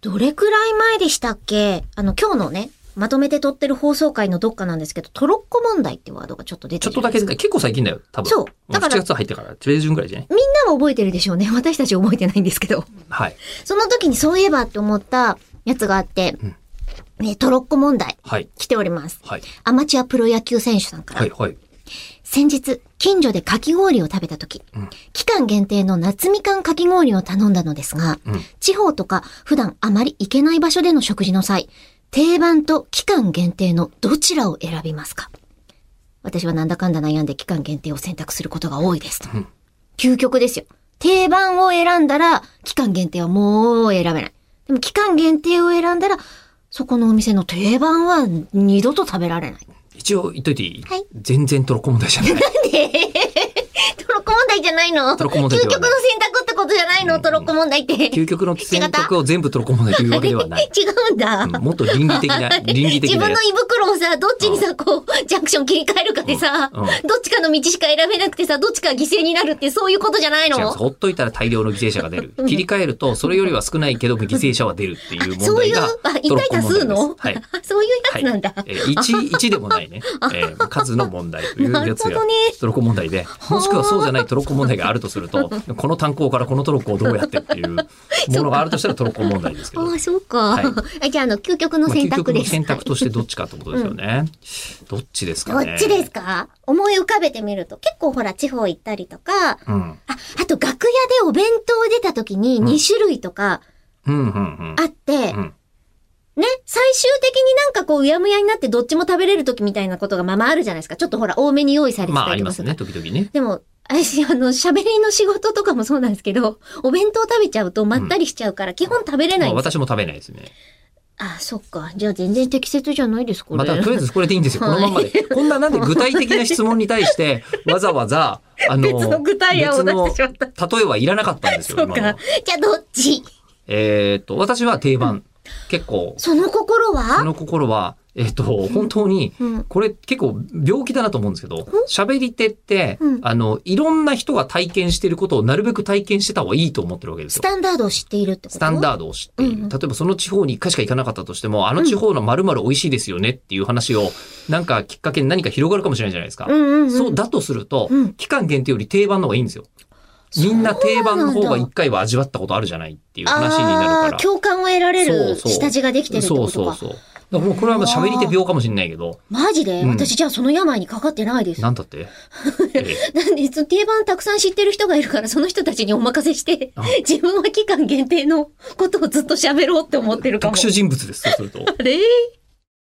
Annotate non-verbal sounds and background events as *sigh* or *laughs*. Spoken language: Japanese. どれくらい前でしたっけあの、今日のね、まとめて撮ってる放送回のどっかなんですけど、トロッコ問題ってワードがちょっと出てちょるっとだけ、結構最近だよ、多分。そうだだかからら。7月入ってから、中旬ぐらいじゃないみんなは覚えてるでしょうね。 *laughs* 私たち覚えてないんですけど。はい。その時にそういえばって思ったやつがあって、ね、トロッコ問題はい。来ております。はい。アマチュアプロ野球選手さんから。はい。はい。先日、近所でかき氷を食べた時、うん期間限定の夏みかんかき氷を頼んだのですが、うん地方とか普段あまり行けない場所での食事の際、定番と期間限定のどちらを選びますか私はなんだかんだ悩んで期間限定を選択することが多いですと。うん究極ですよ。定番を選んだら、期間限定はもう選べない。でも期間限定を選んだら、そこのお店の定番は二度と食べられない。一応言っといていい、はい全然トロッコ問題じ *laughs* ゃない。トロッコ問題じゃないのトロッコ問題で究は極のない選択ってことじゃないのトロッコ問題って。違究極の選択を全部トロッコ問題というわけでは *laughs* ない。うんだ。うんもっと倫理的な、倫理自的な分やのつ。胃袋をさ、どっちにさ、こう、ジャンクション切り替えるかでさ、うんうんどっちかの道しか選べなくてさ、どっちかが犠牲になるってそういうことじゃないの違うんですほっといたら大量の犠牲者が出る。切り替えると、それよりは少ないけども犠牲者は出るっていう問そうい題う、があ、一トロッ体コ多問題数ですの、。はい。 *laughs* そういうやつなんだ。えー、1、1でもな *laughs* いね。えー数の問題というやつなるほがどねトロッコ問題で、もしくはそうじゃないトロッコ問題があるとすると、この炭鉱からこのトロッコをどうやってっ *laughs* ていうものがあるとしたらトロッコ問題ですけど。ああ、そうか。はいあじゃあ、あの、究極のまあ選究極択のです。選択としてどっちかってことですよね。どっちですかはね。いどっちですか思い浮かべてみると、結構ほら、地方行ったりとか、うん。あ、あと楽屋でお弁当出た時に2種類とかうん、うん、うん。あって、うんね、最終的になんかこう、うやむやになってどっちも食べれる時みたいなことがまあまああるじゃないですか。ちょっとほら、多めに用意されてまあ、たありりとかますするからね、時々ね。でも、私、あの、喋りの仕事とかもそうなんですけど、お弁当食べちゃうとまったりしちゃうから、基本食べれなまあ、いんです。私も食べないですね。あそっか。じゃあ全然適切じゃないです、こまれ。あ、だからとりあえずこれでいいんですよ。はこいのままで。こんななんで具体的な質問に対 *laughs* して、わざわざ、あの、別の具体案を出してしまった別の例えはいらなかったんですよ、そう今のかは。。じゃあどっちえーっと、私は定番。結構、その心そはの心は、えーっと、本当に、うん。これ結構病気だなと思うんですけど、喋り手ってうん、あの、いろんな人が体験していることをなるべく体験してた方がいいと思ってるわけですスよ。タンダードを知っているってことスタンダードを知っていうんうる。ん例えばその地方に一回しか行かなかったとしても、あの地方の〇〇美味しいですよねっていう話を、なんかきっかけに何か広がるかもしれないじゃないですかう。んうんうん。そうだとするとうん、期間限定より定番の方がいいんですよ。みんな定番の方そうながんだ一回は味わったことあるじゃないっていう話になるあかー共感を得られそるうそう下地ができてるら。ってことそか。うそうそう。だからもうこれはまあ喋り手病かもしれないけど、マジで、うん私じゃあその病にかかってないです。なん *laughs* だって。ええなんで、その定番たくさん知ってる人がいるから、その人たちにお任せしてあ、自分は期間限定のことをずっと喋ろうって思ってるかも。特殊人物です、そうすると。あれ